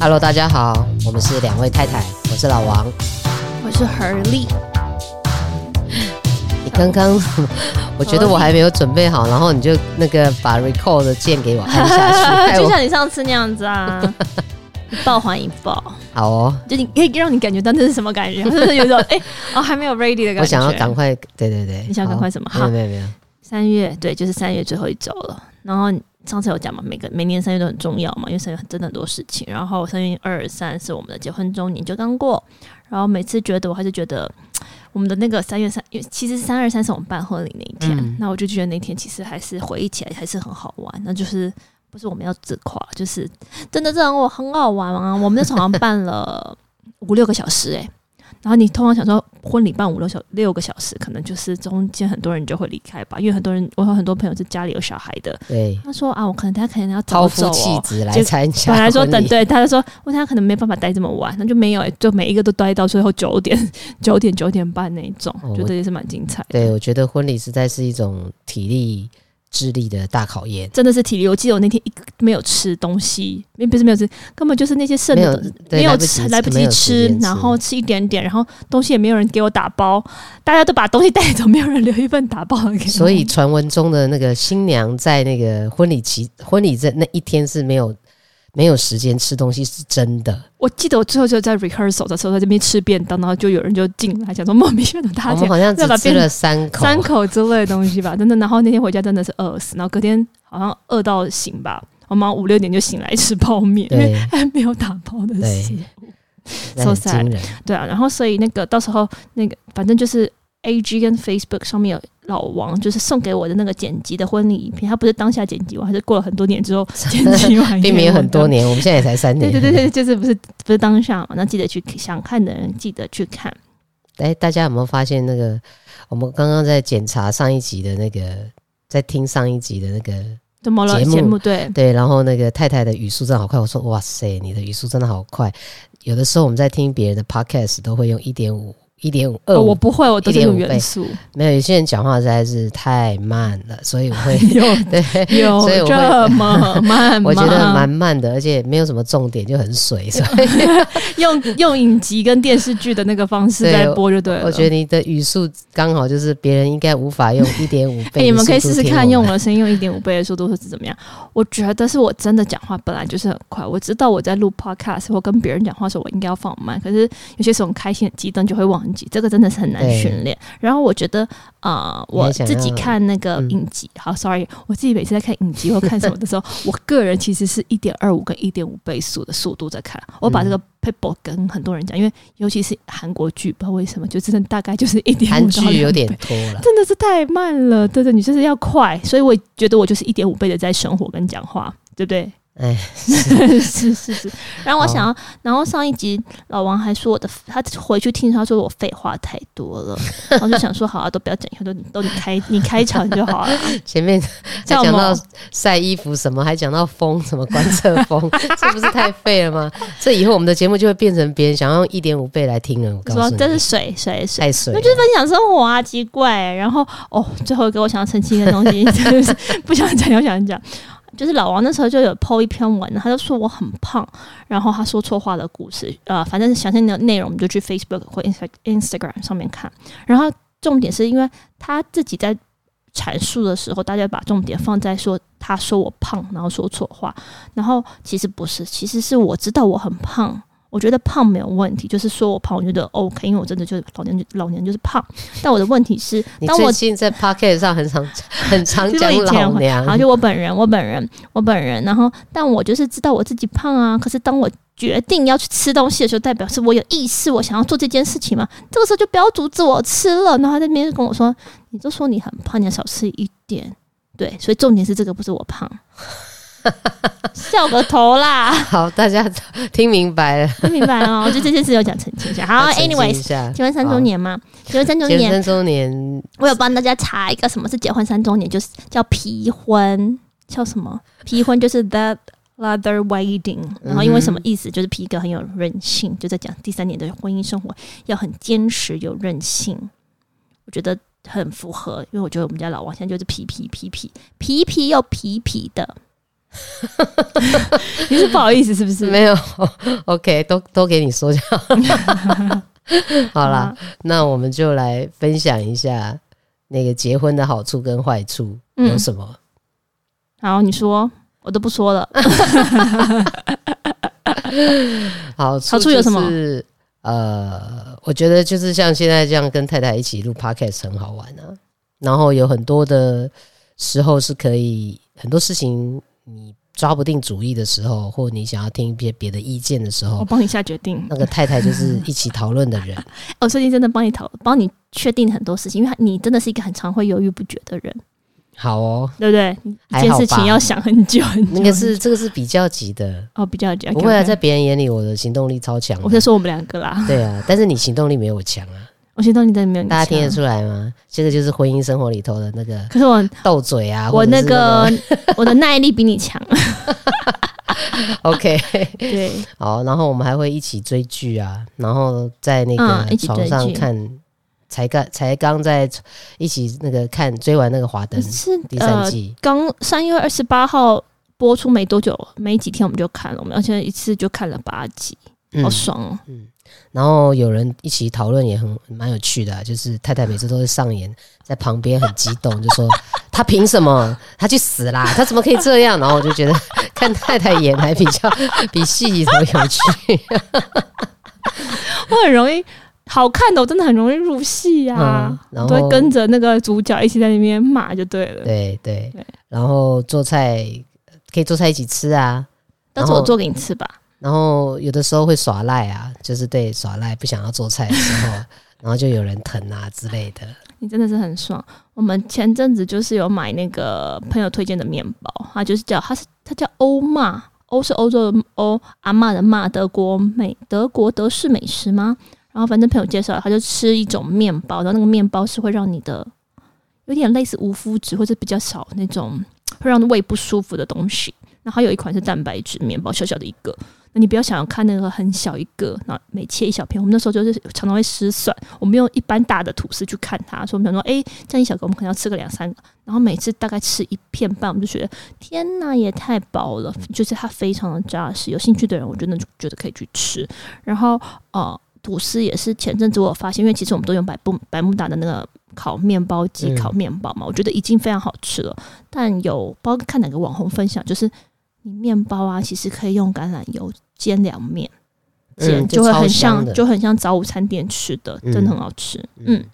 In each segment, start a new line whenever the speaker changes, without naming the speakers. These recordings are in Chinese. Hello，大家好，我们是两位太太，我是老王。
我是何丽，
你刚刚， 我觉得我还没有准备好，然后你就那个把 record 的键给我按下 去，害
呃就
我
像你上次那样子 啊，一报还一报，
好哦。
就你可以让你感觉到这是什么感觉，就是有一种哎、哦还没有 ready 的感觉。
我想要赶快，对对对，
你想赶快什么
好
好
没有没有没有，
三月，对，就是三月最后一周了。然后上次有讲嘛，每个每年三月都很重要嘛，因为三月真的很多事情。然后三月二三是我们的结婚周年，就刚过。然后每次觉得我还是觉得我们的那个三月三，因为其实三二三是我们办婚礼那一天，
嗯
那我就觉得那天其实还是回忆起来还是很好玩，那就是。不是我们要自夸，就是真的让我很好玩啊！我们那场好像办了五六个小时哎、然后你通常想说婚礼办五六小六个小时，可能就是中间很多人就会离开吧，因为很多人我有很多朋友是家里有小孩的，
对，
他说啊，我可能他可能要
抛
早走
夫弃
哦。
子来
就
参加
本
婚礼，
来说等对，他就说，我他可能没办法待这么晚，那就没有、欸，就每一个都待到最后九点、九点、九点半那一种，
哦
觉得也是蛮精彩的。
对，我觉得婚礼实在是一种体力、智力的大考验。
真的是体力。我记得我那天一个没有吃东西，也不是没有吃，根本就是那些剩
没有
的
对来不及
吃，来不
没
及
有时
吃
间，吃
然后吃一点点，然后东西也没有人给我打包，大家都把东西带走，没有人留一份打包的给我。
所以传闻中的那个新娘在那个婚礼期婚礼这那一天是没有没有时间吃东西，是真的。
我记得我最后就在 rehearsal 的时候，在这边吃便当，然后就有人就进来，想说莫名其妙的大
我
家
们好像只
那把
吃
变
了三口，
三口之类的东西吧，真的。然后那天回家真的是饿死，然后隔天好像饿到醒吧，我妈五六点就醒来吃泡面，因为
对，
还没有打包的
对
时间。
那很
So
惊人。
对啊，然后所以那个到时候那个反正就是 A G 跟 Facebook 上面有老王就是送给我的那个剪辑的婚礼影片，他不是当下剪辑完，他是过了很多年之后剪辑 完，
并没有很多。年，我们现在也才三
对
年。
对对对，就是不是不是当下嘛？那记得去想看的人记得去看。
哎，大家有没有发现那个？我们刚刚在检查上一集的那个，在听上一集的那个，
怎么了？
节目
节目对，
对，然后那个太太的语速真的好快。我说哇塞，你的语速真的好快。有的时候我们在听别人的 podcast 都会用一点五、一点五二
哦
五
我不会，我都是用
1.5倍
元素，
没有，有些人讲话实在是太慢了，所以我 会
有
对，
有
所以我会
这么慢吗？
我觉得蛮慢的，而且没有什么重点，就很水。 所以
用用影集跟电视剧的那个方式
对
在播就对了。
我觉得你的语速刚好就是别人应该无法用一点五倍的速度听我们。
哎、你们可以试试看，用我的声音用一点五倍的速度是怎么样？我觉得是我真的讲话本来就是很快，我知道我在录 podcast 或跟别人讲话的时候，我应该要放慢。可是有些时候很开心、很激动就会忘记，这个真的是很难
对
训练。然后我觉得，啊，
你还
我
想
自己
要
看那个
嗯
影集，好，sorry，我自己每次在看影集或看什么的时候， 我个人其实是一点二五跟一点五倍速的速度在看。我把
嗯
这个 paper 跟很多人讲，因为尤其是韩国剧，不知道为什么，就真的大概就是一点
韩
五到
剧有
2
点
倍
拖 了。
真的是太慢了，对对，你就是要快，所以我觉得我就是一点五倍的在生活跟讲话，对不对？
哎，
是 是是。然后我想要，然后上一集老王还说我的，他回去听他说我废话太多了，然后就想说好啊，都不要讲，以后都都你开你开场就 好了，
前面
叫
还讲到
什
晒衣服什么，还讲到风什么观测风， 这不是太废了吗？这以后我们的节目就会变成别人想要用一点五倍来听了。我告
说
诉你，
这是水水水。
太水了。
分享生活啊，奇怪。然后哦，最后一个我想要澄清的东 西，就是不想讲又想讲，就是老王那时候就有 PO 一篇文，他就说我很胖，然后他说错话的故事，呃，反正详细的内容我们就去 Facebook 或 Insta- Instagram 上面看。然后重点是因为他自己在阐述的时候，大家把重点放在说他说我胖，然后说错话，然后其实不是，其实是我知道我很胖。我觉得胖没有问题，就是说我胖，我觉得 OK，因为我真的就是老年老年就是胖。但我的问题是，
你
当
最
我
近在 p o c k e t 上很常很常
其实我
讲
以前
老
会
娘
然，后就我本人，我本人，我本人，然后但我就是知道我自己胖啊。可是当我决定要去吃东西的时候，代表是我有意识，我想要做这件事情嘛。这个时候就不要阻止我吃了。然后他在那边就跟我说：“你就说你很胖，你要少吃一点。”对，所以重点是这个不是我胖，,笑个头 啦！
好，大家听明白了。
你明白哦，我觉得这件事有讲澄清一下。 好
要澄清一
，anyways，
下
结婚三
好
周年嘛，结婚三周
结婚
年，
三周年，
我有帮大家查一个什么是结婚三周年，就是叫皮婚，叫什么？皮婚就是 that leather wedding。然后因为什么意思？就是皮革很有韧性，就在讲第三年的婚姻生活要很坚持有韧性。我觉得很符合，因为我觉得我们家老王现在就是皮皮皮皮皮皮又皮皮的， 你是不好意思是不是？
没有 ，OK，都都给你说就 好。好啦，那我们就来分享一下那个结婚的好处跟坏处
嗯
有什么。
好，你说，我都不说了。
好处
好处有什么
就是？呃，我觉得就是像现在这样跟太太一起录 podcast 很好玩啊，然后有很多的时候是可以很多事情你抓不定主意的时候，或你想要听一些别的意见的时
我
候，
帮你下决定。
那个太太就是一起讨论的 人。
我哦最近真的帮你讨，帮你确定很多事情，因为你真的是一个很常会犹豫不决的人，
好哦，
对不对？一
还
件
好
事
吧
情要想很久很久。
那个是这个是比较级的，
哦，比较讲
不会啊，在别人眼里我的行动力超强啊。
我在说我们两个啦。
对啊，但是你行动力没有我强啊，
我行动力真的没有你
大家
强
听得出来吗？这个就是婚姻生活里头的那个
可是我
斗嘴啊，
我
或者
那
是
个我的耐力比你强，啊
OK，
对，
好，然后我们还会一起追剧啊，然后在那
嗯
个
一起
床
追
上
剧
看，才刚才刚在一起那个看追完那个《华灯》
是
第三
呃，
季，
刚三月二十八号播出没多久，没几天我们就看了，我们而且一次就看了八集，
嗯
好，爽哦！
然后有人一起讨论也很蛮有趣的啊、就是太太每次都会上演在旁边很激动，就说 他凭什么，他去死啦，他怎么可以这样？然后我就觉得 看太太演还比较 比戏里头有 趣。
我很容易。好看的我真的很容易入戏呀、
嗯
我
然
都
后
会跟着那个主角一起在那边骂就对了。
对对
对，
然后做菜可以做菜一起吃啊，
到
然
时候
后
我做给你吃吧。
然后有的时候会耍赖啊，就是对耍赖不想要做菜的时 候，然后就有人疼啊之类的。
你真的是很爽。我们前阵子就是有买那个朋友推荐的面包，它就是叫它是它叫欧玛，欧是欧洲的欧，阿嬷的嬷，德国美德国德式美食吗？然后反正朋友介绍，他就吃一种面包，然后那个面包是会让你的有点类似无麸质或者比较少那种会让胃不舒服的东西。然后还有一款是蛋白质面包，小小的一个。那你不要想要看那个很小一个，然后每切一小片。我们那时候就是常常会失算，我们用一般大的吐司去看它，所以我们想说，哎、这样一小个我们可能要吃个两三个。然后每次大概吃一片半，我们就觉得天呐，也太薄了。就是它非常的扎实，有兴趣的人我真的就觉得可以去吃。然后呃，吐司也是前阵子我有发现，因为其实我们都用百慕百慕达的那个烤面包机
嗯
烤面包嘛，我觉得已经非常好吃了。但有包括看哪个网红分享，就是你面包啊，其实可以用橄榄油煎凉面，煎、
嗯，
就会
超
很
香
像
的，
就很像早午餐店吃的，
嗯
真的很好吃。嗯
嗯。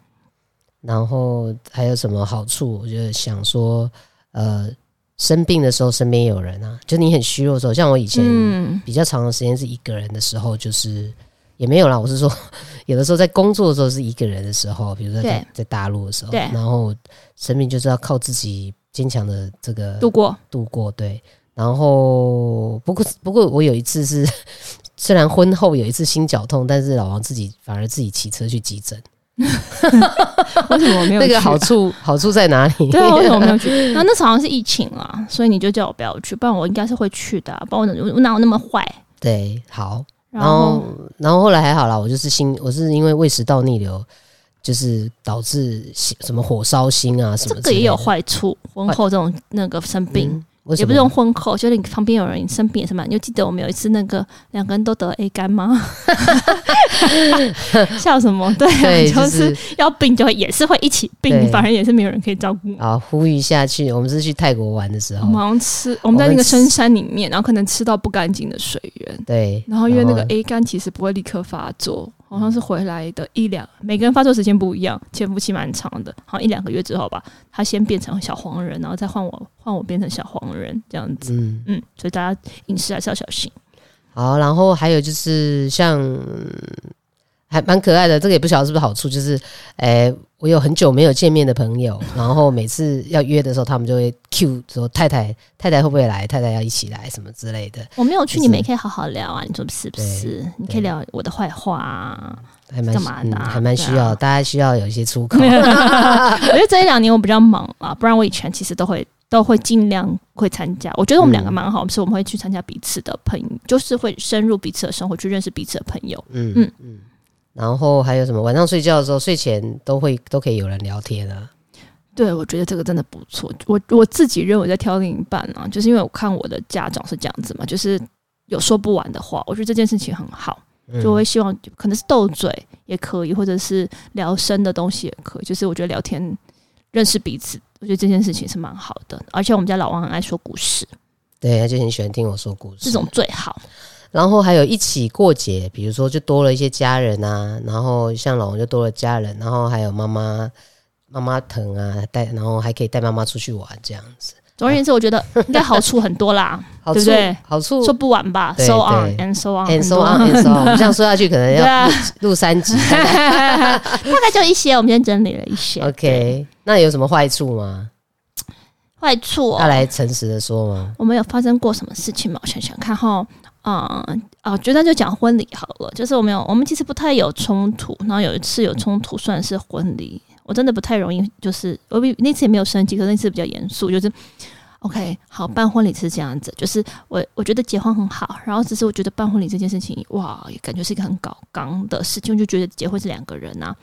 然后还有什么好处？我就想说，呃，生病的时候身边有人啊，就你很虚弱的时候，像我以前
嗯，
比较长的时间是一个人的时候，就是也没有啦。我是说， 有的时候在工作的时候是一个人的时候，比如说在
对
在大陆的时候，
对
然后生病就是要靠自己坚强的这个
度过
度过，对。然后不过不过我有一次是， 虽然婚后有一次心绞痛，但是老王自己反而自己骑车去急诊，
为什么我没有
那
去
个
啊
好处好处在哪里？
对啊，为什么我没有去？然后那时候好像是疫情啦，所以你就叫我不要去，不然我应该是会去的啊、不然我哪我哪有那么坏？
对，好。
然
然后
后，
然后后来还好啦，我就是心，我是因为胃食道逆流，就是导致心什么火烧心啊什
这
么之类的。
个也有坏处，婚后这种那个生病。
嗯，为什
也
么
不是用婚后，就是你旁边有人生病也是蛮。你就记得我们有一次那个两个人都得 A 肝吗？笑什么？对啊，
对，
就
就是是
要病就会也是会一起
对
病，反而也是没有人可以照顾。
啊，呼吁下去，我们是去泰国玩的时
我
候
们，好像吃，我们在那个深山里面，然后可能吃到不干净的水源，
对，
然后因为那个 A 肝其实不会立刻发作，好像是回来的一两，每个人发作时间不一样，潜伏期蛮长的，好像一两个月之后吧，他先变成小黄人，然后再换我换我变成小黄人这样子。
嗯，
嗯，所以大家饮食还是要小心。
好，然后还有就是像还蛮可爱的，这个也不晓得是不是好处，就是诶、我有很久没有见面的朋友，然后每次要约的时候，他们就会 Q 说太太太太会不会来，太太要一起来什么之类的，
我没有去，
就是
你们也可以好好聊啊。你说是不是？你可
对
以聊我的坏话啊。
还蛮嗯
干嘛的啊
还蛮需要，
对啊
大家需要有一些出口
我。觉得这一两年我比较忙啊，不然我以前其实都会都会尽量会参加。我觉得我们两个蛮好，是我们会去参加彼此的朋友，就是会深入彼此的生活，去认识彼此的朋友。
嗯嗯
嗯
嗯。然后还有什么？晚上睡觉的时候，睡前都会都可以有人聊天啊。
对，我觉得这个真的不错。我我自己认为在挑另一半啊，就是因为我看我的家长是这样子嘛，就是有说不完的话，我觉得这件事情很好，
嗯
就会希望可能是斗嘴也可以，或者是聊深的东西也可以。就是我觉得聊天认识彼此，我觉得这件事情是蛮好的。而且我们家老王很爱说故事，
对，他就很喜欢听我说故事。
这种最好。
然后还有一起过节，比如说就多了一些家人啊，然后像老王就多了家人，然后还有妈妈妈妈疼啊，带然后还可以带妈妈出去玩这样子，
总而言之，我觉得应该好处很多 啦，
好
对
处
不对
好处
说不完吧
对
？So on
对
and so on
，and so
很
on and
多
so on，我们这样说下去可能
对
要
啊，
录三 集。
大概就一些，我们先整理了一些。
OK，那有什么坏处吗？
坏处、
要
哦，
来诚实的说吗？
我们有发生过什么事情吗？我想想看哈，嗯，啊，觉得就讲婚礼好了，就是我们有，我们其实不太有冲突，然后有一次有冲突，算是婚礼，我真的不太容易，就是我比那次也没有生气，可是那次比较严肃，就是。OK，好，办婚礼是这样子，就是我我觉得结婚很好，然后只是我觉得办婚礼这件事情，哇，也感觉是一个很搞刚的事情，我就觉得结婚是两个人啊。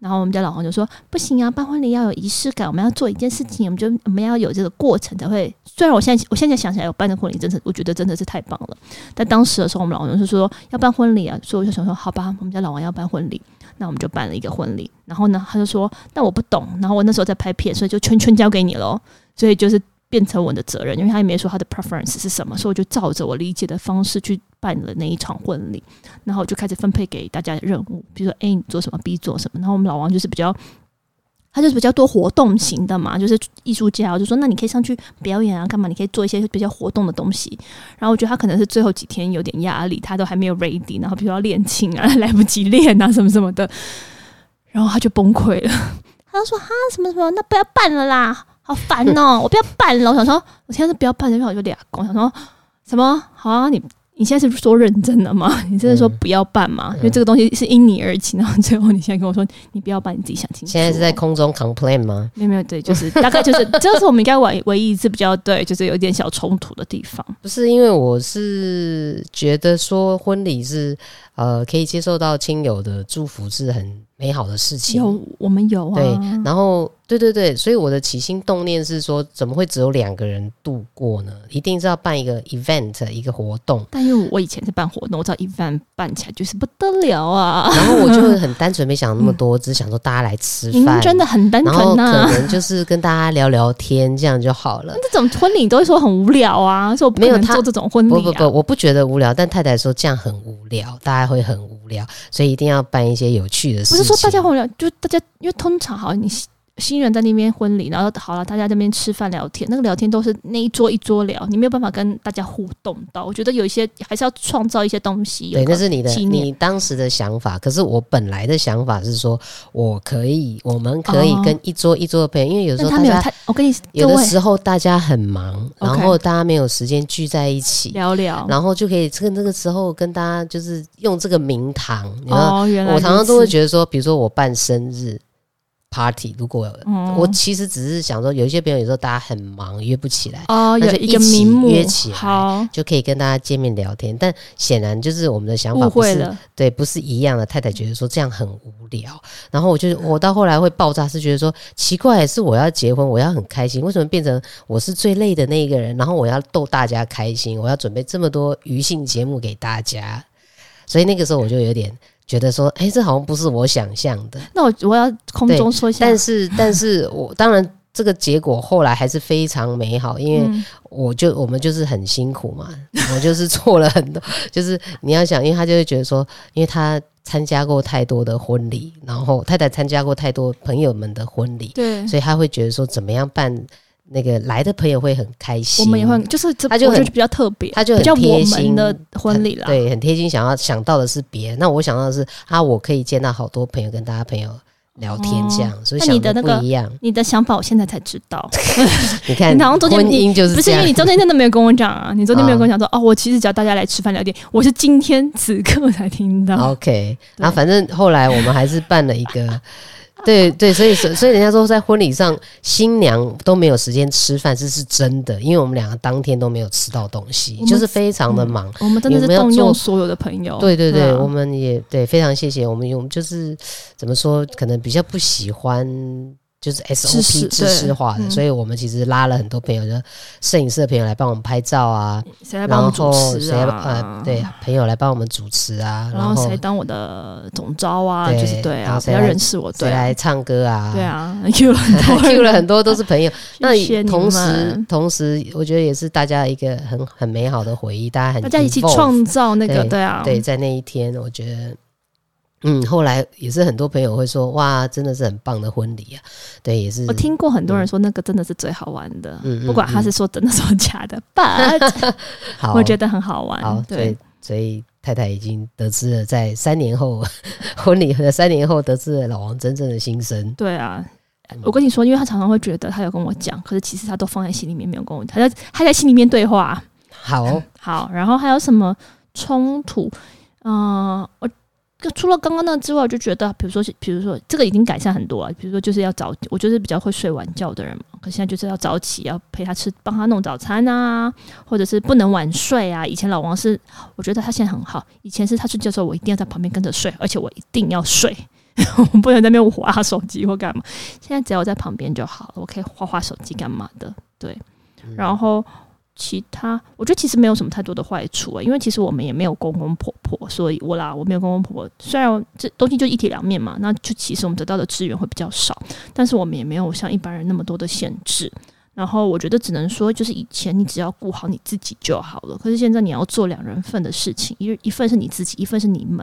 然后我们家老黄就说：“不行啊，办婚礼要有仪式感，我们要做一件事情，我们就我们要有这个过程才会。虽然我现在我现在想起来，我办的婚礼真是我觉得真的是太棒了，但当时的时候，我们老黄就说要办婚礼啊，所以我就想说，好吧，我们家老王要办婚礼，那我们就办了一个婚礼。然后呢，他就说，但我不懂，然后我那时候在拍片，所以就圈圈交给你喽，所以就是变成我的责任，因为他也没说他的 preference 是什么，所以我就照着我理解的方式去办了那一场婚礼。然后我就开始分配给大家的任务，比如说 A 你做什么，B 做什么。然后我们老王就是比较，他就是比较多活动型的嘛，就是艺术家，我就说那你可以上去表演啊，干嘛？你可以做一些比较活动的东西。然后我觉得他可能是最后几天有点压力，他都还没有 ready，然后比如要练琴啊，来不及练啊，什么什么的，然后他就崩溃了。他就说哈什么什么，那不要办了啦，好烦哦、 我不要办了。我想说，我现在是不要办了，然后我就俩公想说什么好啊，你你现在是说认真的吗？ 你真的说
嗯
不要办吗？
嗯
因为这个东西是因你而起，然后最后你现在跟我说你不要办，你自己想清楚。
现在是在空中 complain 吗？
没有没有对，就是 大概就是这是我们应该唯唯一一次比较对，就是有一点小冲突的地方。
不是，因为我是觉得说婚礼是呃可以接受到亲友的祝福是很美好的事情。
有我们有啊，
对，然后对对对，所以我的起心动念是说，怎么会只有两个人度过呢？一定是要办一个 event 一个活 动。
但因为我以前是办活动，我知道一般办起来就是不得了啊，
然后我就很单纯，没想那么多，只是想说大家来吃
您
饭，
真的很单
然后
纯啊
可
呐、
能就是跟大家聊聊天，这样就好了。
这种婚礼都会说很无聊啊，所以我不可
没
能
有他
做这种婚礼、啊。
不不不，我不觉得无聊，但太太说这样很无聊，大家会很无聊，所以一定要办一些有趣的事
不
情。
是说大家会聊，就大家因为通常好，你新新人在那边婚礼，然后好了，大家在那边吃饭聊天，那个聊天都是那一桌一桌聊，你没有办法跟大家互动到。我觉得有一些还是要创造一些东西。
对，
有个
那是你的
纪念
你当时的想法。可是我本来的想法是说，我可以，我们可以
哦
跟一桌一桌的朋友，因为有时
但
候
他
大
没有
家
太，我跟你
有
各
的
位
时候大家很忙，
OK
然后大家没有时间聚在一起，
聊聊。
然后就可以趁这个时候跟大家就是用这个名堂。你知道，
哦，原来
我常常都会
得，
觉得说，比如说我办生日 party，如果
嗯
我其实只是想说，有一些朋友有时候大家很忙约不起来，
哦，
那
有
就
一
一
个
起
名目
约起来
好，
就可以跟大家见面聊天。但显然就是我们的想法
误
不
会
是
了。
对，不是一样的。太太觉得说这样很无聊，然后我就我到后来会爆炸，是觉得说奇怪，是我要结婚，我要很开心，为什么变成我是最累的那一个人？然后我要逗大家开心，我要准备这么多娱性节目给大家，所以那个时候我就有点觉得说，哎，这好像不是我想象的。
那我我要空
对
中说一下，
但是，但是我当然这个结果后来还是非常美好，因为
嗯
我就我们就是很辛苦嘛， 我就是做了很多，就是你要想，因为他就会觉得说，因为他参加过太多的婚礼，然后太太参加过太多朋友们的婚礼，
对，
所以他会觉得说，怎么样办那个来的朋友会很开心，
我们也会就是这，
他就
我觉
很
得比较特别，
他就很
比较我
贴
们
心
的婚礼啦。
对，很贴心，想要想到的是别人，那我想到的是啊，我可以见到好多朋友，跟大家朋友。聊天这样，所以
哦那
想
你的
得
那
不
个
一样。
你的想法我现在才知道，
你看，
你好像中间
婚姻 就是
不是
这
因
样
为你中间真的没有跟我讲啊，你中间没有跟我讲说、哦，我其实只要大家来吃饭聊天，我是今天此刻才听 到。
OK，
哦对
然后反正后来我们还是办了一个， 对对，所以所所以人家说在婚礼上新娘都没有时间吃饭，这是真的，因为我们两个当天都没有吃到东西
我，们
就是非常的忙。
我们真的是
你们要
动
做
用所有的朋友，
对对对，
啊
我们也对非常谢谢我们，我们就是怎么说，可能比较不喜欢就是 SOP
知识
知识化的，
对嗯
所以我们其实拉了很多朋友，就摄影师的朋友来帮我们拍照啊，
谁来
然
帮
后
我主持
谁
啊
呃？对，朋友来帮我们主持啊，
然后谁当我的总招啊？
对
就是对
然
啊，
后
不
谁
要
来
认识我，
谁
对啊
来唱歌啊，
对啊 ，Q 了 很多
Q 了很多都是 朋友，那
谢谢你
同时
们
同时，我觉得也是大家一个很很美好的回忆，大家很
大家一起
involved
创造那个
对
对啊，
对，在那一天，我觉得，嗯，后来也是很多朋友会说，哇，真的是很棒的婚礼啊，对，也是嗯
我听过很多人说那个真的是最好玩的，
嗯嗯
不管他是说真的 说假的，but
好，
我觉得很好玩。
好，所以
对，
所以太太已经得知了，在三年后 婚礼的三年后，得知了老王真正的心声。
对啊。
嗯
我跟你说，因为他常常会觉得他有跟我讲，可是其实他都放在心里面没有跟我，他在他在心里面对话。
好，
好，然后还有什么冲突？嗯、我除了刚刚那之外，我就觉得，比如说，比如说这个已经改善很多了。比如说，就是要早，我就是比较会睡晚觉的人嘛，可现在就是要早起，要陪他吃，帮他弄早餐啊，或者是不能晚睡啊。以前老王是，我觉得他现在很好，以前是他睡觉的时候，我一定要在旁边跟着睡，而且我一定要睡。 我不能在那边划手机或干嘛，现在只要我在旁边就好了，我可以划划手机干嘛的，对。
嗯
然后其他，我觉得其实没有什么太多的坏处啊、因为其实我们也没有公公婆婆，所以我啦，我没有公公婆婆。虽然这东西就一体两面嘛，那就其实我们得到的资源会比较少，但是我们也没有像一般人那么多的限制。然后我觉得只能说，就是以前你只要顾好你自己就好了，可是现在你要做两人份的事情，一一份是你自己，一份是你们。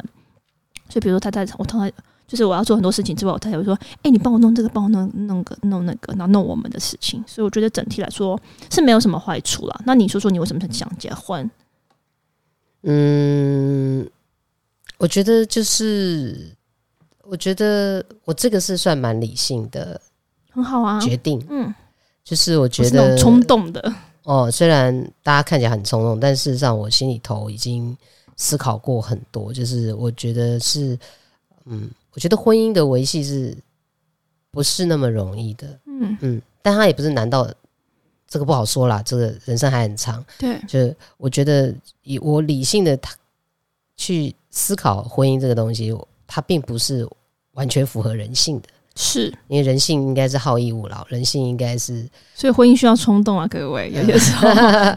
所以比如说他在我通常就是我要做很多事情之外，我太太会说：“哎、你帮我弄这个，帮我弄弄个弄那个，然后弄我们的事情。”所以我觉得整体来说，是没有什么坏处啦。那你说说你为什么很想结婚？
嗯，我觉得就是，我觉得我这个是算蛮理性的
很好啊，
决定，
嗯，
就是我
不
觉
是那
得
种冲动的，
哦，虽然大家看起来很冲动，但事实上我心里头已经思考过很多，就是我觉得是，嗯，我觉得婚姻的维系是不是那么容易的，
嗯，
嗯，但它也不是难到这个不好说啦，这个人生还很长，
对，
就是我觉得以我理性的去思考婚姻这个东西，它并不是完全符合人性的，
是，
因为人性应该是呃好逸恶劳，人性应该是
所以婚姻需要冲动啊，各位，有些时 候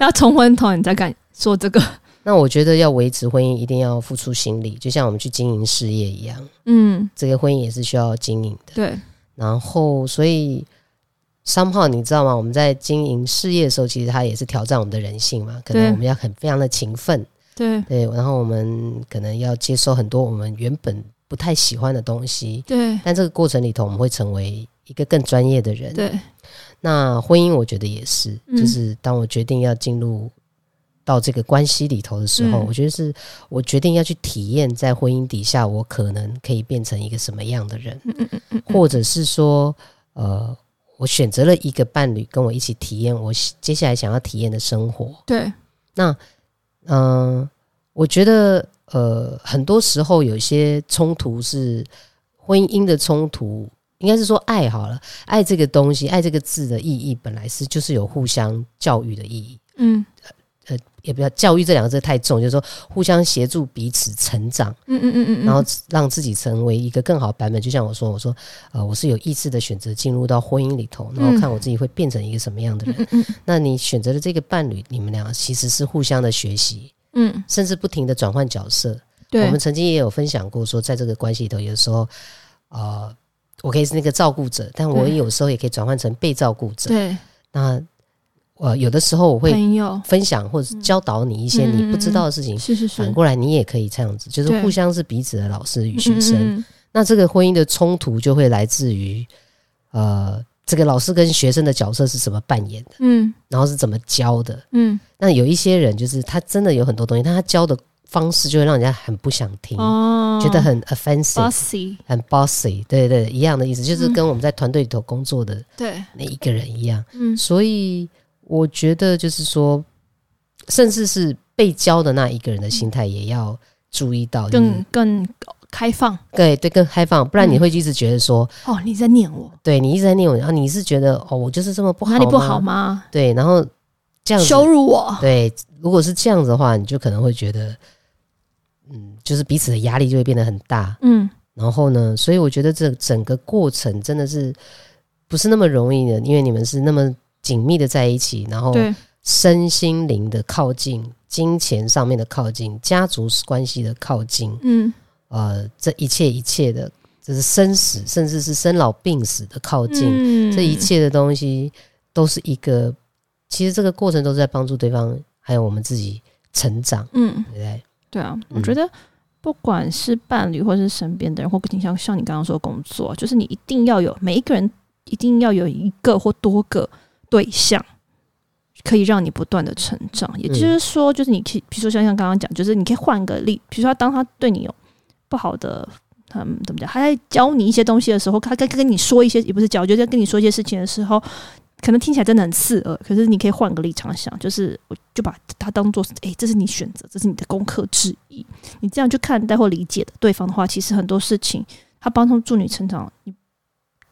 要冲昏头，你才敢做这个，
那我觉得要维持婚姻，一定要付出心力，就像我们去经营事业一样，
嗯，
这个婚姻也是需要经营的。
对，
然后，所以商号你知道吗？我们在经营事业的时候，其实它也是挑战我们的人性嘛。可能
对
我们要很非常的勤奋，
对，
对，然后我们可能要接受很多我们原本不太喜欢的东西，
对，
但这个过程里头，我们会成为一个更专业的人。
对，
那婚姻我觉得也是，
嗯
就是当我决定要进入到这个关系里头的时候，
嗯
我觉得是我决定要去体验在婚姻底下，我可能可以变成一个什么样的人，
嗯
或者是说，呃，我选择了一个伴侣跟我一起体验我喜接下来想要体验的生活。
对，
嗯、我觉得呃，很多时候有一些冲突是婚姻的冲突，应该是呃说爱好了，爱这个东西，爱这个字的意义本来是就是有互相教育的意义，
嗯，
也不要教育这两个字太重，就是说互相协助彼此成长，
嗯嗯嗯嗯，
然后让自己成为一个更好的版本。就像我说，我说呃，我是有意识的选择进入到婚姻里头，然后
嗯
看我自己会变成一个什么样的人。那你选择了这个伴侣，你们俩其实是互相的学习，
嗯，
甚至不停的转换角色。
对，
我们曾经也有分享过，说在这个关系里头，有时候，呃，我可以是那个照顾者，但我
对
有时候也可以转换成被照顾者。
对，
那呃，有的时候我会
朋友，
分享或者教导你一些
嗯嗯
你不知道的事情，
是是是
反，过来你也可以这样子，就是
对
互相是彼此的老师与
嗯
学生。，
嗯嗯
那这个婚姻的冲突就会来自于，呃，这个老师跟学生的角色是怎么扮演的，
嗯
然后是怎么教的。
嗯，
那有一些人就是他真的有很多东西，但他教的方式就会让人家很不想听。
哦，
觉得很 offensive，
bossy，嗯
很 bossy，对对，一样的意思，就是跟我们在团队里头工作的
对，
那一个人一样。
嗯，
所以我觉得就是说，甚至是被教的那一个人的心态也要注意到，就是
更更开放。
对对更开放，不然
嗯
你会一直觉得说，
哦，你在念我，
对你一直在念我，然后你是觉得哦，我就是这么不好，
哪里不好？吗？
对，然后这样子
羞辱我，
对，如果是这样子的话，你就可能会觉得，嗯，就是彼此的压力就会变得很大。
嗯，
然后呢，所以我觉得这整个过程真的是不是那么容易的，因为你们是那么紧密的在一起，然后
对
身心灵的靠近、金钱上面的靠近、家族关系的靠近，
嗯
呃，这一切一切的，这是生死，甚至是生老病死的靠近，
嗯
这一切的东西都是一个，其实这个过程都是在帮助对方，还有我们自己成长，
嗯
对不对？
对啊，我
嗯
觉得不管是伴侣或是身边的人，或更像像你刚刚说工作，就是你一定要有每一个人一定要有一个或多个对象。可以让你不断的成长，也就是说，就是你可以，比如说像像刚刚讲，就是你可以换个例，比如说当他对你有不好的，嗯，怎么讲，他在教你一些东西的时候，他跟跟你说一些，也不是教，就是在跟你说一些事情的时候，可能听起来真的很刺耳，可是你可以换个立场想，就是我就把它当做，诶，这是你选择，这是你的功课之一。你这样去看待或理解的对方的话，其实很多事情他帮助你成长，你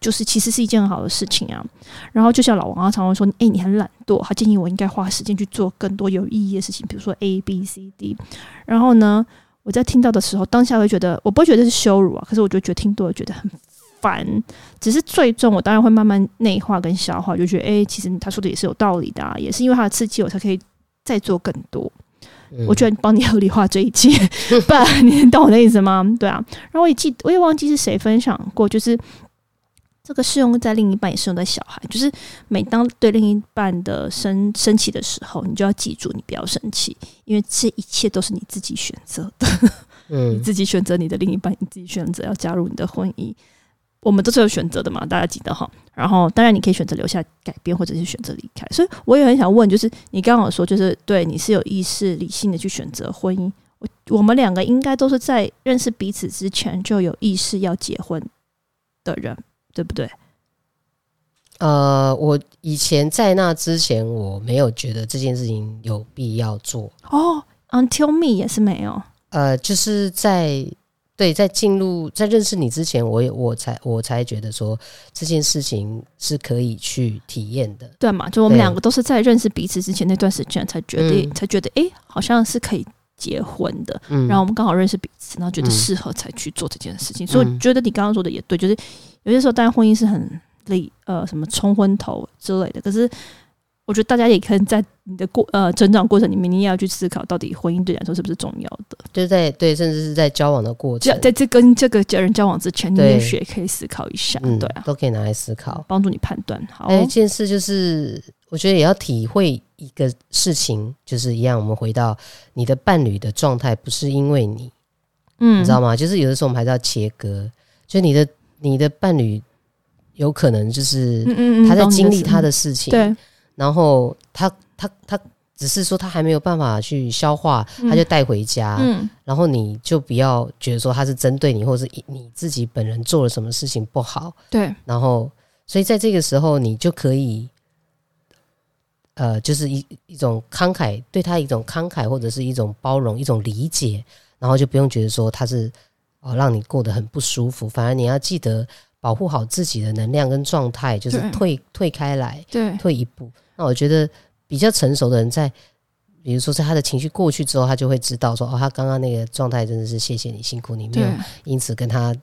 就是其实是一件很好的事情啊。然后就像老王啊他常常说，诶，你很懒惰，他建议我应该花时间去做更多有意义的事情，比如说 A B C D。然后呢，我在听到的时候，当下会觉得我不会觉得是羞辱啊，可是我就觉得听多了觉得很烦。只是最终我当然会慢慢内化跟消化，就觉得诶，其实他说的也是有道理的、啊，也是因为他的刺激我才可以再做更多。
嗯
我居然帮你合理化这一切， 不，你懂我的意思吗？对啊，然后我也记，我也忘记是谁分享过，就是这个适用在另一半，也适用在小孩。就是每当对另一半的生生气的时候，你就要记住，你不要生气，因为这一切都是你自己选择的，你
嗯，
自己选择你的另一半，你自己选择要加入你的婚姻。我们都是有选择的嘛，大家记得哈。然后，当然你可以选择留下改变，或者是选择离开。所以，我也很想问，就是你刚刚有说，就是对你是有意识、理性的去选择婚姻。我我们两个应该都是在认识彼此之前就有意识要结婚的人，对不对？
呃，我以前在那之前，我没有觉得这件事情有必要做。
哦，Until me 也是没有。
呃，就是在对在进入在认识你之前，我也我才我才觉得说这件事情是可以去体验的。
对嘛？就我们
对
两个都是在认识彼此之前那段时间才决定，
嗯
才觉得诶，好像是可以结婚的。
嗯，
然后我们刚好认识彼此，然后觉得
嗯
适合才去做这件事情。所以我
嗯
觉得你刚刚说的也对，就是有些时候当然婚姻是很累，呃，什么冲昏头之类的。可是我觉得大家也可以在你的过呃成长过程里面，你也要去思考到底婚姻对你来说是不是重要的。
就在对，甚至是在交往的过
这
程，
在这跟这个家人交往之前，你
对
也许也可以思考一下，
嗯，
对啊，
都可以拿来思考。哎
帮助你判断。好
还有一件事就是，我觉得也要体会一个事情，就是一样，我们回到你的伴侣的状态，不是因为你，
嗯
你知道吗？就是有的时候我们还是要切割，就你的你的伴侣有可能就是
嗯嗯嗯，
他在
懂你
经历
意思
他的事情，
对，
然后他他他只是说他还没有办法去消化，
嗯
他就带回家，
嗯
然后你就不要觉得说他是针对你，或者是你自己本人做了什么事情不好，
对，
然后所以在这个时候你就可以。呃，就是一一种慷慨，对他一种慷慨，或者是一种包容，一种理解，然后就不用觉得说他是哦让你过得很不舒服，反而你要记得保护好自己的能量跟状态，就是
对
退退开来，
对，
退一步。那我觉得比较成熟的人在，比如说在他的情绪过去之后，他就会知道说，哦，他刚刚那个状态真的是谢谢你辛苦你，没有
对，
因此跟他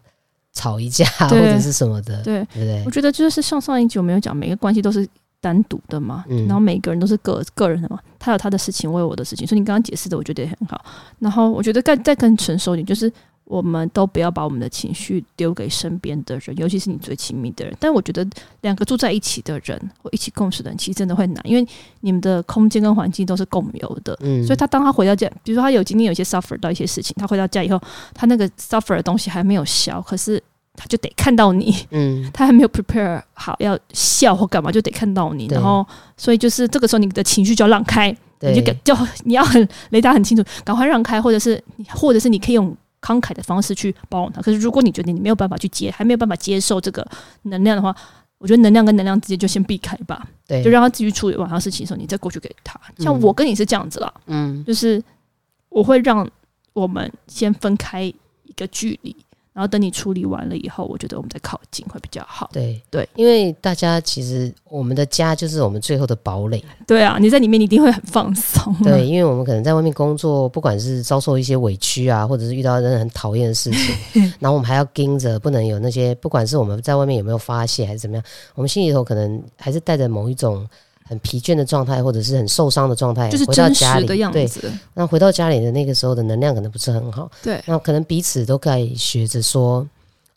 吵一架或
对
者是什么的，
对。
对不对
我？觉得就是像上一集我们有讲，每个关系都是单独的嘛，
嗯
然后每个人都是个个人的嘛，他有他的事情，我有我的事情，所以你刚刚解释的我觉得也很好。然后我觉得更再更成熟一点，就是我们都不要把我们的情绪丢给身边的人，尤其是你最亲密的人。但我觉得两个住在一起的人或一起共事的人，其实真的会难，因为你们的空间跟环境都是共有的，
嗯
所以他当他回到家，比如说他有今天有一些 suffer 到一些事情，他回到家以后，他那个 suffer 的东西还没有消，可是他就得看到你。
嗯，
他还没有 prepare 好要笑或干嘛，就得看到你，
对
然后所以就是这个时候你的情绪就要让开，
对，
你就给就你要很雷达很清楚，赶快让开，或者是你或者是你可以用慷慨的方式去包容他。可是如果你觉得你没有办法去接，还没有办法接受这个能量的话，我觉得能量跟能量之间就先避开吧，
对，
就让他自己处理完他事情的时候，你再过去给他。像
嗯
我跟你是这样子啦，
嗯
就是我会让我们先分开一个距离，然后等你处理完了以后，我觉得我们再靠近会比较好。
对
对，
因为大家其实我们的家就是我们最后的堡垒，
对啊，你在里面你一定会很放松、啊。
对，因为我们可能在外面工作，不管是遭受一些委屈啊，或者是遇到真的很讨厌的事 情，然后我们还要盯着，不能有那些，不管是我们在外面有没有发泄还是怎么样，我们心里头可能还是带着某一种很疲倦的状态，或者是很受伤的状态，
就是
回到
真
家
实
里
的样
对，
子，
那回到家里的那个时候的能量可能不是很好，
对
那可能彼此都在学着说，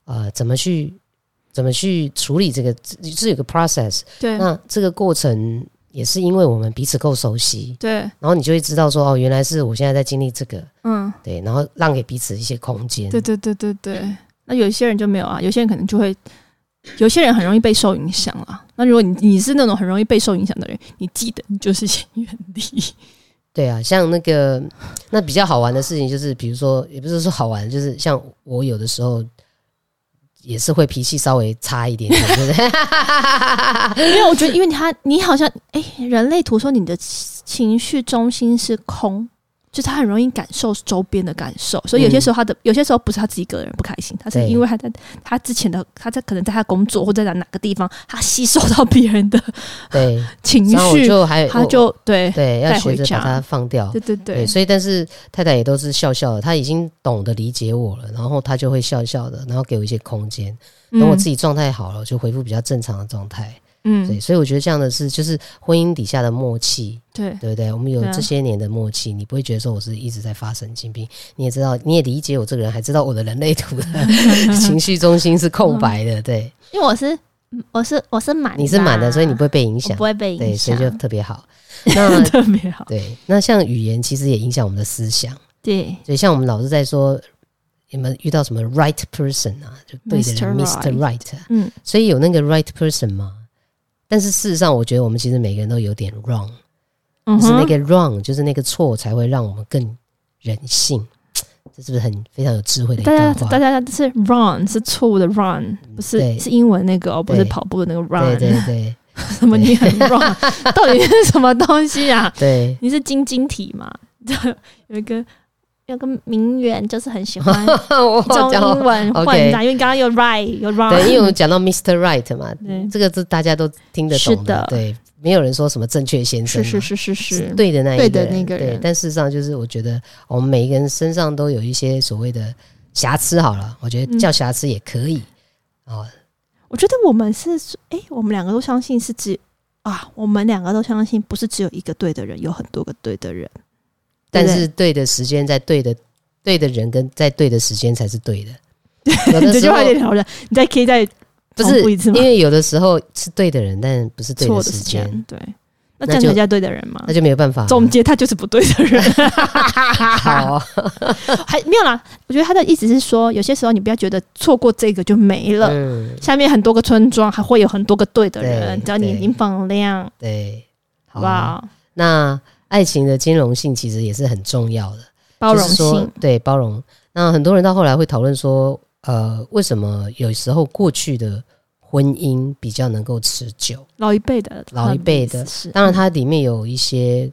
呃，怎么去怎么去处理这个，这这有个 process。
对
那这个过程也是因为我们彼此够熟悉，
对，
然后你就会知道说，哦，原来是我现在在经历这个，
嗯，
对，然后让给彼此一些空间，
对对对对对。那有一些人就没有啊，有些人可能就会，有些人很容易被受影响啦。那如果你你是那种很容易被受影响的人，你记得你就是先远离。
对啊，像那个那比较好玩的事情就是，比如说也不是说好玩，就是像我有的时候。也是会脾气稍微差一点点，对不对？
因为我觉得，因为他你好像哎、人类图说你的情绪中心是空，就是他很容易感受周边的感受，所以有些时候他的、有些时候不是他自己个人不开心，他是
对
因为他在他之前的他在可能在他工作或者在哪个地方，他吸收到别人的
对，
情
然后我
绪，
就还
他就对
对要
带
学
回
着
家
把它放掉。
对对对
对，所以但是太太也都是笑笑的，她已经懂得理解我了，然后她就会笑笑的，然后给我一些空间。等我自己状态好了，我就恢复比较正常的状态。
嗯
对，
嗯
所以我觉得这样的是就是婚姻底下的默契，
对
对不对？我们有
对啊
这些年的默契，你不会觉得说我是一直在发神经病，你也知道，你也理解我这个人，还知道我的人类 图的情绪中心是空白的。
嗯
对，
因为我是我是我是满、啊，
你是满的，所以你不会被影
我
响
不，会被
对，
影
所
响
以，就特嗯别好。 那
特别好，
对，那像语言其实也影响我们的思想。
对
所以像我们老是在说，你们遇到什么 right person 啊，就对的人
Mr.
Mr. Right，啊
嗯，
所以有那个 right person 吗？但是事实上，我觉得我们其实每个人都有点 wrong，、
嗯
是那
哼
个 wrong，就是那个错才会让我们更人性。这是不是很非常有智慧的一
大家
段话
大？家是 run 是错误的 run，不
对
是是英文那个哦，不是
对
跑步的那个 run，
对对对
什么你很 run，到 底是什么东西啊？
对，
你是晶晶体嘛？ 有一个
有个名媛就是很喜欢
我
中
讲
英文
，OK
混杂，因为刚刚有 right 有 wrong，
对，因为我们讲到 Mr. Right 嘛，
对，
这个是大家都听得懂
是的
对，没有人说什么正确先生
是
嘛，
是是是
是
是，
对的那一
对
个
的
人，
那个
对
人，
但事实上就是我觉得我们每一个人身上都有一些所谓的瑕疵，好了，我觉得
嗯
叫瑕疵也可以。哦，
我觉得我们是诶，我们两个都相信是只啊，我们两个都相信不是只有一个对的人，有很多个对的人。
但
对
是对的时间在对的对的人跟在对的时间才是对 的。有的
你 这句
时候
话有点挑人，你再可以再
不
重复
是
一次
因
吗
为有的时候是对的人，但不是对
错
的
的
时
时
间，
间，对，那
那
这样
就
人家对的人吗
那？就啊没有办法。
总结他就是不对的人，
好哦，
还没有啦。我觉得他的意思是说，有些时候你不要觉得错过这个就没了，
嗯，
下面很多个村庄还会有很多个对的人，
对
只要你眼睛放亮，
对，
好
好啊
不
吧。
好？
那爱情的兼容性其实也是很重要的。
包容
就是
性
说，对包容。那很多人到后来会讨论说，呃，为什么有时候过去的婚姻比较能够持久？
老一辈的，
老一辈的
是，
当然，它里面有一些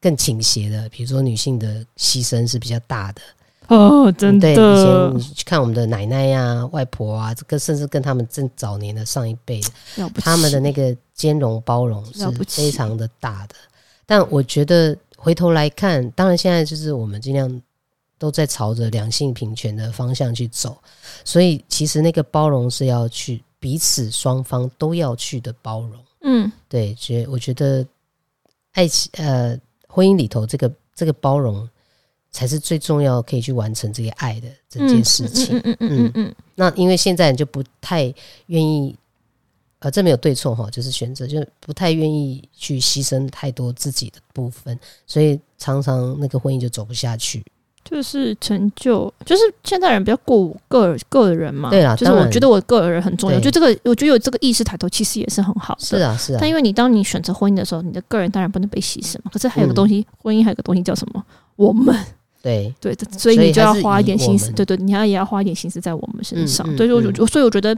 更倾斜的，比如说女性的牺牲是比较大的。
哦，真
对，以前
的
你去看我们的奶奶呀、外婆啊，这个甚至跟他们正早年的上一辈的，
了不起，
他们的那个兼容包容是
了不起
非常的大的。但我觉得回头来看，当然现在就是我们尽量都在朝着两性平权的方向去走，所以其实那个包容是要去彼此双方都要去的包容。
嗯，
对，觉我觉得爱情呃婚姻里头这个这个包容才是最重要，可以去完成这个爱的这件事情。
嗯嗯嗯嗯嗯嗯，
那因为现在你就不太愿意，呃，这没有对错哈，就是选择，就是不太愿意去牺牲太多自己的部分，所以常常那个婚姻就走不下去。
就是成就，就是现代人比较过我个个人嘛，
对啦
就是
当
我
然
觉得我个人很重要，
对
就这个，我觉得有这个意识抬头，其实也是很好的。
是啊，是啊
但，因为你当你选择婚姻的时候，你的个人当然不能被牺牲
嗯
嘛。可是还有个东西，婚姻还有个东西叫什么？我们
对
对，这所以
哦所以
你就
还
要
是
花
以
一点
我
心思，
们
对对，你要也要花一点心思在我们身上。
嗯嗯
对，所以我
嗯
觉，所以我觉得，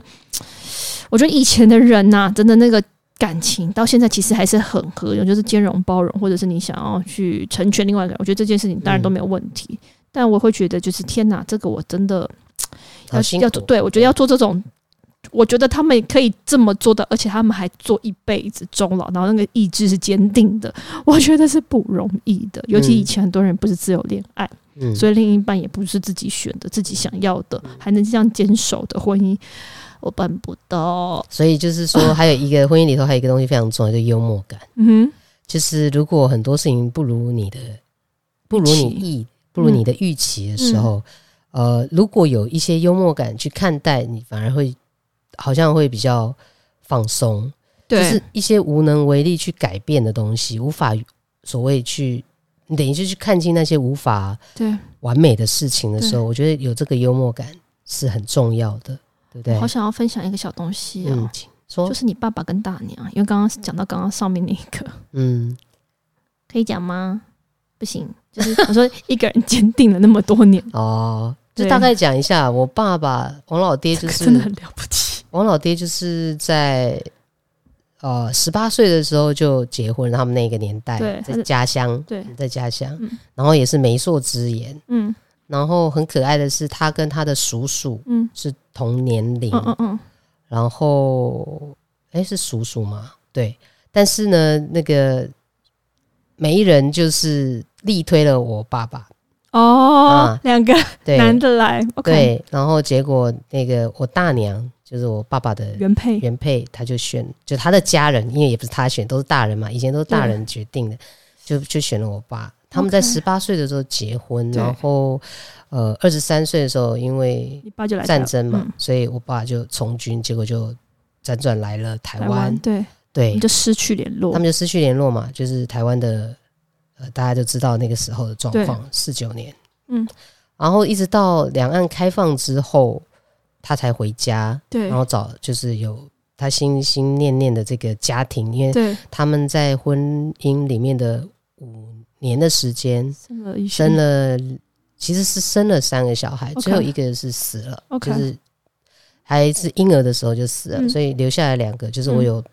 我觉得以前的人呐、真的那个感情到现在其实还是很合用，就是兼容包容，或者是你想要去成全
嗯
另外一个人，我觉得这件事情当然都没有问题。但我会觉得，就是天哪，这个我真的
好辛苦嗯
要要做，对我觉得要做这种，我觉得他们可以这么做的，而且他们还做一辈子终老，然后那个意志是坚定的，我觉得是不容易的。尤其以前很多人不是自由恋爱，
嗯，
所
以
以另一半也不是自己选的，自己想要的，还能这样坚守的婚姻，我办不到。
所以就是说，还有一个婚姻里头还有一个东西非常重要，就是幽默感。
嗯
就是如果很多事情不如你的，不如你意，不如你
嗯
的预期的时候，呃，如果有一些幽默感去看待，你反而会好像会比较放松。
哼，
就
对
是一些无能为力去改变的东西，无法所谓去，你等于就去看清那些无法
对，
完美的事情的时候，我觉得有这个幽默感是很重要的，对不对？
好想要分享一个小东西哦。
嗯，请说
就，是你爸爸跟大娘，因为刚刚讲到刚刚上面那一个，
嗯，
可以讲吗？不行，就是我说一个人坚定了那么多 年，
哦，就
对
大概讲一下，我爸爸王老爹就
真的很
是
了不起。
王老爹就是在。呃，十八岁的时候就结婚，他们那个年代
对他
在
是
家乡，
对，
在家乡，
嗯
然后也是媒妁之言，
嗯
然后很可爱的是，他跟他的叔叔
嗯
是同年龄，
嗯嗯嗯，
然后哎是叔叔吗？对，但是呢，那个媒人就是力推了我爸爸，
哦
啊，
两个
对
男的来，OK，
对，然后结果那个我大娘就是我爸爸的
原配，
原配，他就选就他的家人，因为也不是他选，都是大人嘛，以前都是大人决定的，就就选了我爸。他们在
嗯 OK
十八岁的时候结婚，
对
然后呃二十三岁的时候，因为
你爸就来台
战争嘛，
嗯
所以我爸就从军，结果就辗转来了台
台
湾
湾，，对，
对
你，就失去联络
他们，就失去联络嘛，就是台湾的，呃，大家就知道那个时候的状况，四九年，
嗯，
然后一直到两岸开放之后，他才回家，
对
然后找就是有他心心念念的这个家庭，因为
对，
他们在婚姻里面的五年的时间，
生了一
生
了，
了，其实是生了三个小孩，
OK
最后一个是死了
OK
就是还是婴儿的时候就死了，
嗯
所以留下来两个，就是我
嗯
有、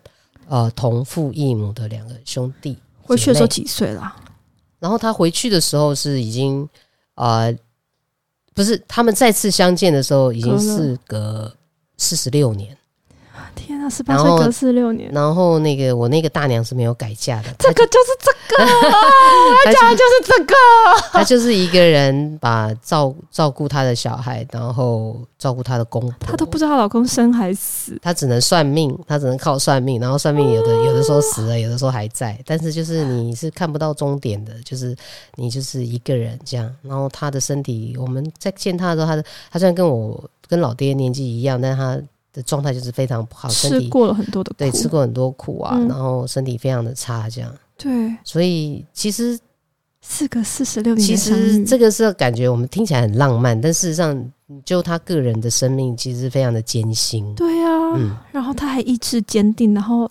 呃同父异母的两个兄弟。
回去的时候
姐妹，
几岁啦？
然后他回去的时候是已经呃，不是他们再次相见的时候已经
隔了
是隔四十六年，
天啊，十八
然
岁
后
隔四六年，
然后那个我那个大娘是没有改嫁的，
这个就是这个，
她
我
就
讲的就是这个，
她就是一个人把照照顾她的小孩，然后照顾她的公婆，
她都不知道她老公生还死，
他只能算命，他只能靠算命，然后算命有的有的时候死了，有的时候还在，但是就是你是看不到终点的，就是你就是一个人这样。然后他的身体，我们在见他的时候，他的他虽然跟我跟老爹年纪一样，但他的状态就是非常不好，身
吃
体
过了很多的苦，
哦对
啊
吃过很多苦啊，
嗯
然后身体非常的差这样。
对，
所以其实
四个四十六年
其
的相遇，
实这个是感觉我们听起来很浪漫，但事实上就他个人的生命其实非常的艰辛。
对啊，
嗯，
然后他还意志坚定，然后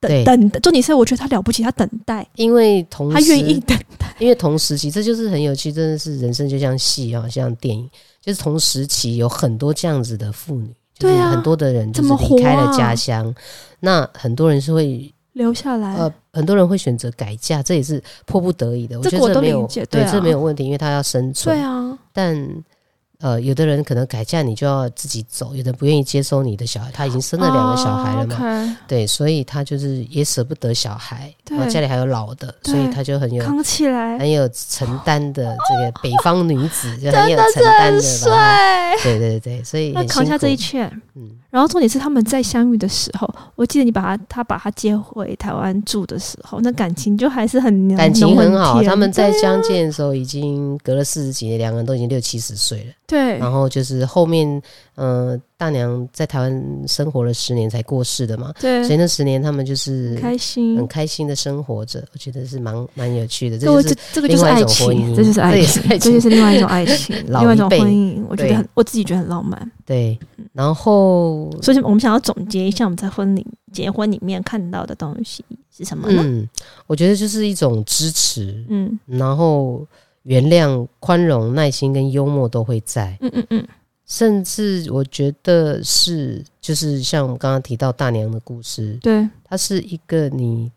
对
等等，重点是我觉得他了不起，他等待，
因为同
他
时
愿意等待，
因为同时期，这就是很有趣，真的是人生就像戏啊，像电影，就是同时期有很多这样子的妇女，就是
对啊
很多的人就是
这么火
离
啊
开了家乡，那很多人是会
留下来。
呃，很多人会选择改嫁，这也是迫不得已的。我
这
觉得
个我
这
都
没有
理解
对，
对啊
这没有问题，因为他要生存
对。啊，
但呃，有的人可能改嫁你就要自己走，有的不愿意接收你的小孩，他已经生了两个小孩了嘛，
啊
对，所以他就是也舍不得小孩，
对
然后家里还有老的，
对
所以他就很有
OK，扛起来，
很有承担的这个北方女 子，就很有承担的
帅
吧？，对对对，所以
那
很
扛
辛
下这
苦
一，圈。
嗯，
然后重点是他们在相遇的时候，我记得你把他他把他接回台湾住的时候，那感情就还是很浓
感情很
浓
好。
很甜
他们在
对啊
相见的时候已经隔了四十几年，两个人都已经六七十岁了。
对
然后就是后面，嗯，大娘在台湾生活了十年才过世的嘛，所以
对
那十年他们就是
很开心
很。开心的生活着，我觉得是蛮蛮有趣嗯的。这
对我
就
这
是
这个就是
另外一
爱
种婚姻
情，这就是
这
爱
也
情
是爱，，
这就是另外一种爱情
老
另外一种
一辈
婚姻。我觉
对
得很，我自己觉得嗯很浪漫。
对。然后
所以我们想要总结一下我们在婚礼结婚里面看到的东西是什么呢？
嗯，我觉得就是一种支持，
嗯
然后原谅、宽容、耐心跟幽默都会在，
嗯嗯嗯，
甚至我觉得是就是像我们刚刚提到大娘的故事，
对
它是一个你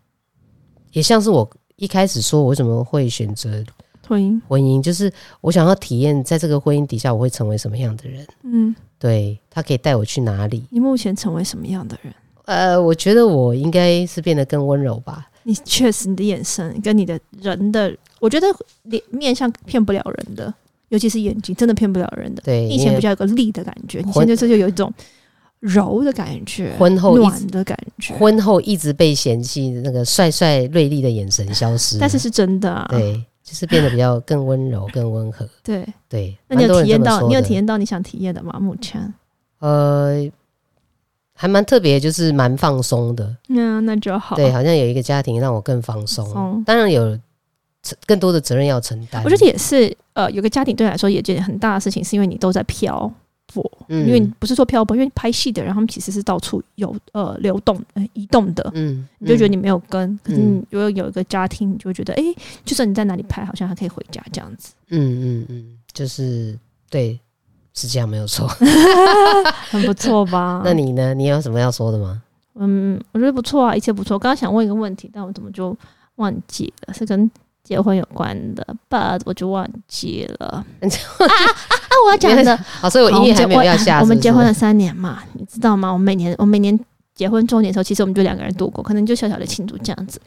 也像是我一开始说我为什么会选择
婚姻，
婚姻，就是我想要体验在这个婚姻底下我会成为什么样的人，
嗯，
对他可以带我去哪里。
你目前成为什么样的人？
呃，我觉得我应该是变得更温柔吧。
你确实你的眼神跟你的人的，我觉得脸面相骗不了人的，尤其是眼睛，真的骗不了人的。
对，
你以前
因为
比较有个力的感觉，你
婚
现在这就有一种柔的感觉，
婚后一直
暖的感觉，
婚后一直被嫌弃，那个帅帅锐利的眼神消失了，
但是是真的啊。
对，就是变得比 较更温柔、更温和。
对，
对，
那你
蛮多
有
人
体验
这么
到，
说
你有
的
体验到你想体验的吗？目前，
呃，还蛮特别，就是蛮放松的。
嗯那那就好。
对，好像有一个家庭让我更放松
哦松，
当然有责更多的责任要承担。
我觉得也是，呃，有个家庭对你来说也件很大的事情，是因为你都在漂泊，
嗯
因为你不是说漂泊，因为拍戏的人他们其实是到处游呃流动、呃、移动的，
嗯，
你就觉得
嗯
你没有跟，可是你如果有一个家庭，你就会觉得，哎、就算你在哪里拍，好像还可以回家这样子，
嗯嗯嗯，就是对，是这样没有错。？
很不错吧
那你呢？你有什么要说的吗？
嗯，我觉得不错啊，一切不错。刚刚想问一个问题，但我怎么就忘记了？是跟结婚有关的，but 我就忘记 了。啊，我要讲的，
好，所以我音乐还没有要下
好我们结
是不
婚
是
了三年嘛，你知道吗？我每年我每年结婚周年的时候，其实我们就两个人度过，可能就小小的庆祝这样子。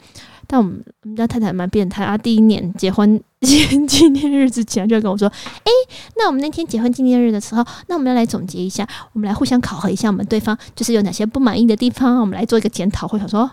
但我们我们家太太蛮变态，她第一年结婚 纪念日之前就跟我说：“哎、那我们那天结婚纪念日的时候，那我们要来总结一下，我们来互相考核一下我们对方就是有哪些不满意的地方，我们来做一个检讨。”会想说。哦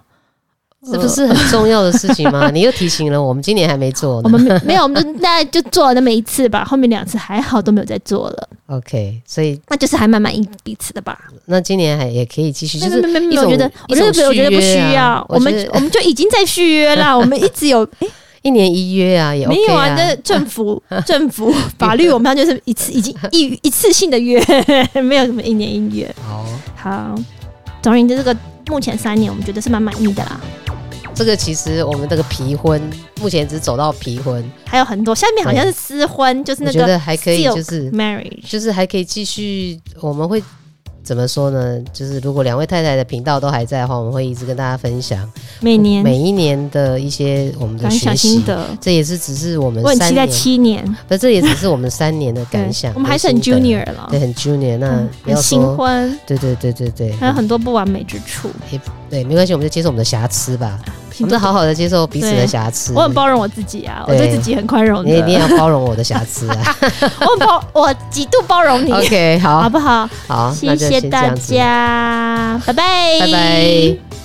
这不是很重要的事情吗？你又提醒了我，我们今年还没做
我
呢。
们 没没有，我们就大概就做了那么一次吧，后面两次还好都没有再做了，
OK，所以
那就是还蛮满意彼此的吧。
那今年还也可以继续，就
没有
是
没有没
一种
有，我觉得
一
我觉得
种
不我觉得不
续
需
约啊
要，
我
我
觉
们
得
我们就已经在续约 啦，我们一直有诶
一年一约啊，也 OK
没有啊？
啊。
那政 府政府法律，我们就是一次已经一一次性的约， 没有什么一年一约。
好，
好，总而言之，这个目前三年我们觉得是蛮满意的啦，
这个其实我们这个皮婚目前只走到皮婚，
还有很多下面好像是私婚，就是
我
那
觉
个
得还可以，
silk
就是
marriage。
就是还可以继续，我们会怎么说呢？就是如果两位太太的频道都还在的话，我们会一直跟大家分享
每年
每一年的一些我们的
感
学
想心
习。
得，
这也是只是我们
我很
三
期待
年，
七年，
不，这也只是我们三年的
对
感想。
我们还是很
跟心得
junior 了
对，，很 junior。那
嗯
不要
很新
说，
婚，
对对对对对，
还有很多不完美之处。
对，没关系，我们就接受我们的瑕疵吧，我
请
们就好好的接受彼此的
对啊
瑕疵。
我很包容我自己啊，我
嗯对
对自己很宽容的
你，一定要包容我的瑕疵啊。
我很包，我极度包容你，
OK，
好
好
不好？
好，那就
谢谢
先这
大
样子，
家，拜拜，
拜拜。